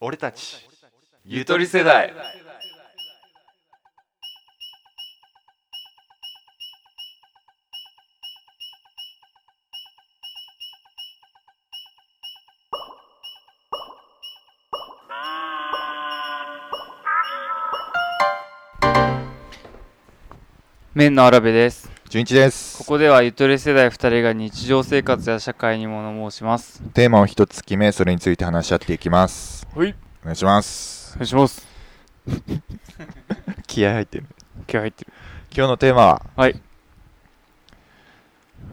俺たちゆとり世代麺のアラベです純一ですここではゆとり世代2人が日常生活や社会に物申しますテーマを一つ決めそれについて話し合っていきますはいお願いしますお願いします気合入ってる気合入ってる今日のテーマははい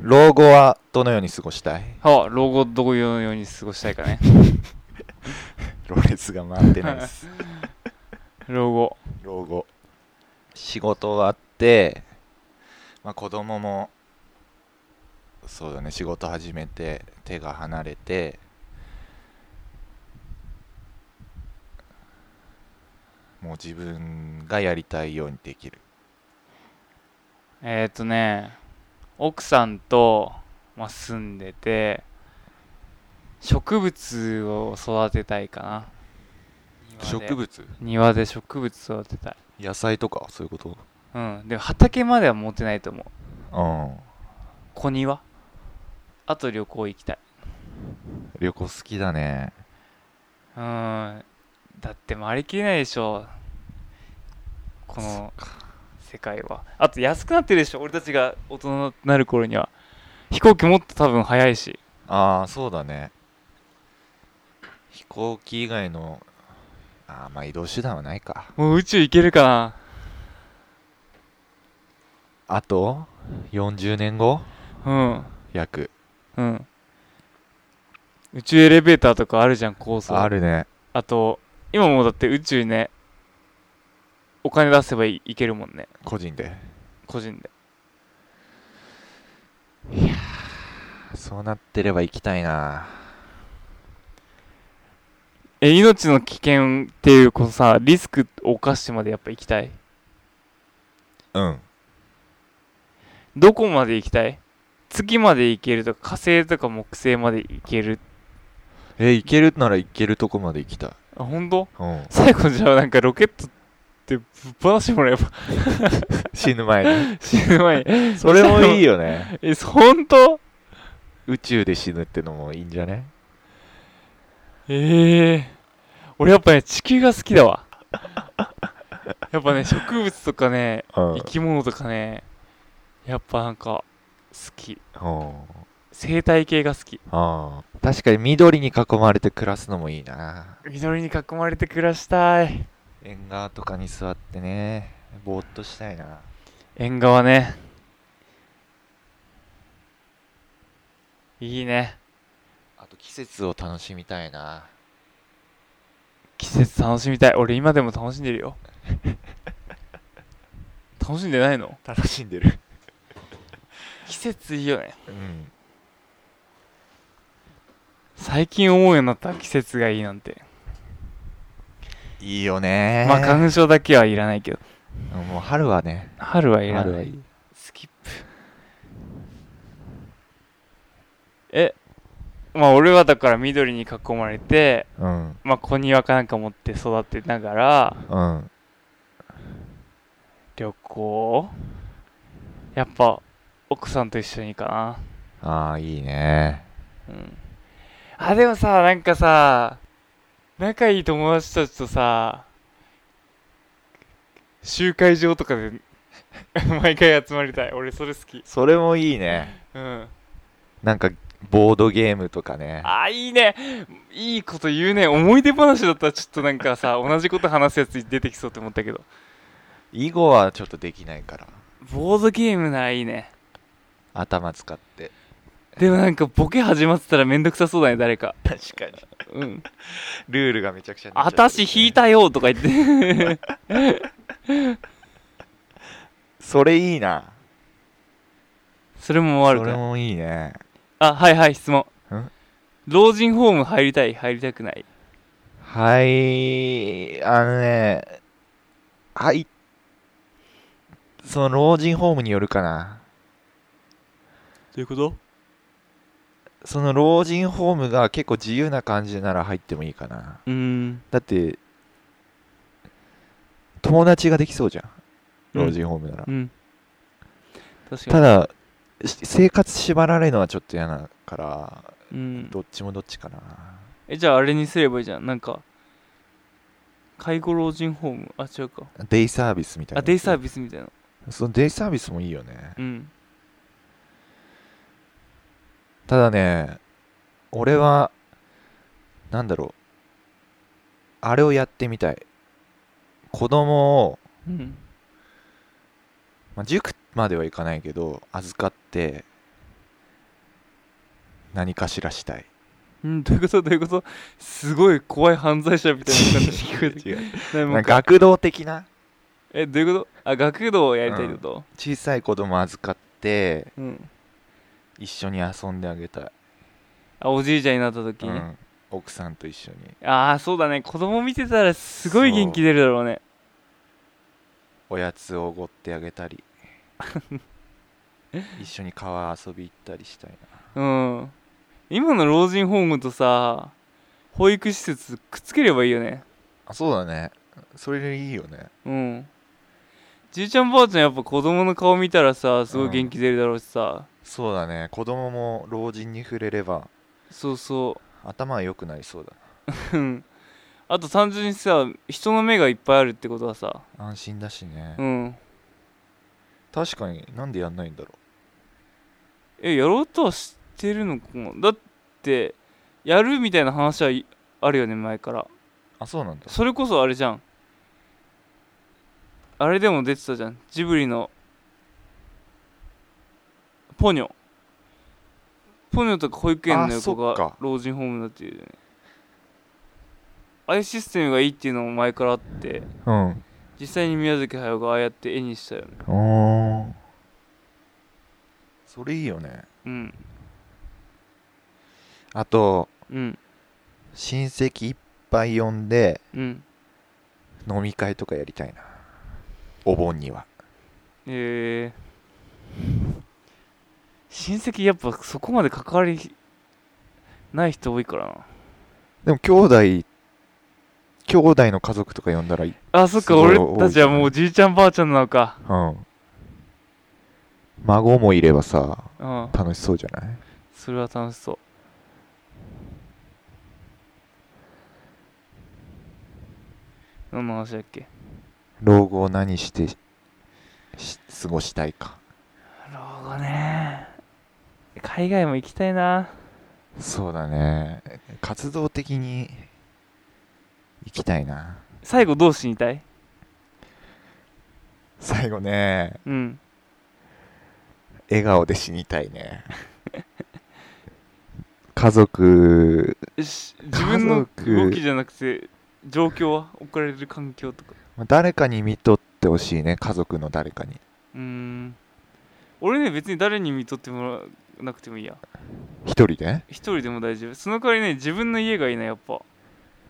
老後はどのように過ごしたいは老後どういうように過ごしたいかねロレスが回ってないです老後 老後仕事終わって、まあ、子供もそうだね仕事始めて手が離れてもう自分がやりたいようにできるえっ、ー、とね奥さんと、まあ、住んでて植物を育てたいかな庭で植物庭で植物育てたい野菜とかそういうことうんでも畑までは持てないと思ううん小庭あと旅行行きたい旅行好きだねうんだって回りきれないでしょこの世界はあと安くなってるでしょ俺たちが大人になる頃には飛行機もっと多分早いしああそうだね飛行機以外のああまあ移動手段はないかもう宇宙行けるかなあと40年後うん約うん宇宙エレベーターとかあるじゃん高層あるねあと今もうだって宇宙ねお金出せばい行けるもんね個人で個人でそうなってれば行きたいなえ命の危険っていうこうさリスクを冒してまでやっぱ行きたいうんどこまで行きたい月まで行けるとか火星とか木星まで行けるえ行けるなら行けるとこまで行きたいあ本当 うん最後じゃあなんかロケットってぶっ放してもらえば 死ぬ前に死ぬ前に それもいいよねえ本当 宇宙で死ぬってのもいいんじゃねええ俺やっぱね地球が好きだ わやっぱね植物とかねうん生き物とかねやっぱなんか好きうん生態系が好きああ確かに緑に囲まれて暮らすのもいいな緑に囲まれて暮らしたい縁側とかに座ってねぼーっとしたいな縁側ねいいねあと季節を楽しみたいな季節楽しみたい俺今でも楽しんでる よ楽しんでないの楽しんでる季節いいよねうん最近思うようになった季節がいいなんて、いいよねまあ花粉症だけはいらないけどもう春はね春はいら春なはいいいスキップえまあ俺はだから緑に囲まれてうんまあ小庭かなんか持って育てながらうん旅行やっぱ奥さんと一緒にかああいいねなうんあでもさなんかさ仲いい友達たちとさ集会場とかで 毎回集まりたい俺それ好きそれもいいねうんなんかボードゲームとかねあいいねいいこと言うね思い出話だったらちょっとなんかさ同じこと話すやつ出てきそうと思ったけど囲碁はちょっとできないからボードゲームならいいね頭使ってでもなんかボケ始まってたらめんどくさそうだね誰か確かにうんルールがめちゃくちゃになっちゃあってるたし引いたよとか言って。それいいなそれもそ悪くれない。もいいねあ、はいはい、質問ん。老人ホーム入りたい、入りたくない。はい、あのね、はい、その老人ホームによるかな。どういうことその老人ホームが結構自由な感じなら入ってもいいかな。うーん。うんだって友達ができそうじゃんうん老人ホームなら、うん確かたにだし生活縛られるのはちょっと嫌だからうんどっちもどっちかなえじゃああれにすればいいじゃんなんか介護老人ホームあ違うかデイサービスみたいなあデイサービビスみたいなスそのデイサービスもいいよねうんただね俺はなんだろうあれをやってみたい子供を、うんまあ、塾まではいかないけど預かって何かしらしたいうんどういうことどういうことすごい怖い犯罪者みたいな話聞こえてき違うたなんなんかか学童的なえどういうことあ学童をやりたいってこと小さい子供預かってうん一緒に遊んであげたい、あおじいちゃんになった時うねん奥さんと一緒にああそうだね子供見てたらすごい元気出るだろうねおやつをおごってあげたり一緒に川遊び行ったりしたいなうん今の老人ホームとさ保育施設くっつければいいよねあそうだねそれでいいよねうんじいちゃんばあちゃんやっぱ子供の顔見たらさすごい元気出るだろうしさ、そうだね子供も老人に触れればそうそ頭が良くなりそうだううんあと単純にさ人の目がいっぱいあるってことはさ安心だしね、うん確かになんでやんないんだろえやろうとはしてるのかなだってやるみたいな話はいあるよね前からうあそうなんだそれこそあれじゃんあれでも出てたじゃんジブリのポニョポニョとか保育園のあ横そっがか老人ホームだっていうねああいうシステムがいいっていうのも前からあってうん実際に宮崎駿がああやって絵にしたよねおーそれいいよねうんあとうん親戚いっぱい呼んでうん飲み会とかやりたいなお盆にはえー親戚やっぱそこまで関わりない人多いからなでも兄弟兄弟の家族とか呼んだらいいあそっすかご俺い多いたちはもうじいちゃんばあちゃんなのかうん孫もいればさうん楽しそうじゃないそれは楽しそう何の話だっけ老後を何してし過ごしたいか老後ね海外も行きたいなそうだね活動的に行きたいな最後どう死にたい最後ねうん笑顔で死にたい ね家族し自分の家族動きじゃなくて状況は送られる環境とか誰かに見とってほしいね家族の誰かにうーん俺ね別に誰に見とってもらわなくてもいいや一人で一人でも大丈夫その代わりね自分の家がいいなやっぱ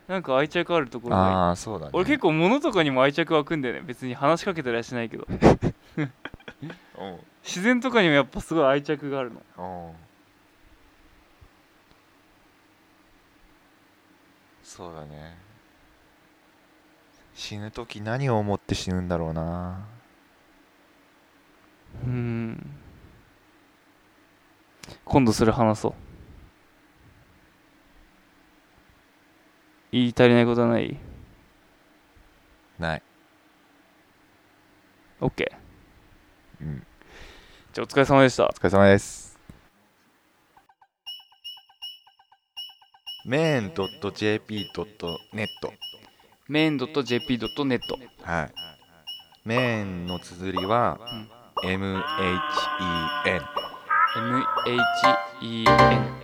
なんか愛着あるところがいいああそうだね俺結構物とかにも愛着湧くんだよね別に話しかけたりはしないけど構自然とかにもやっぱすごい愛着があるのそうだね死ぬ時何を思って死ぬんだろうなうん今度それ話そう言い足りないことはないない ?OK うんじゃあお疲れ様でしたお疲れ様ですメーン .jp.net メイン .jp.net はいメーンの綴りは、MHEN m h e n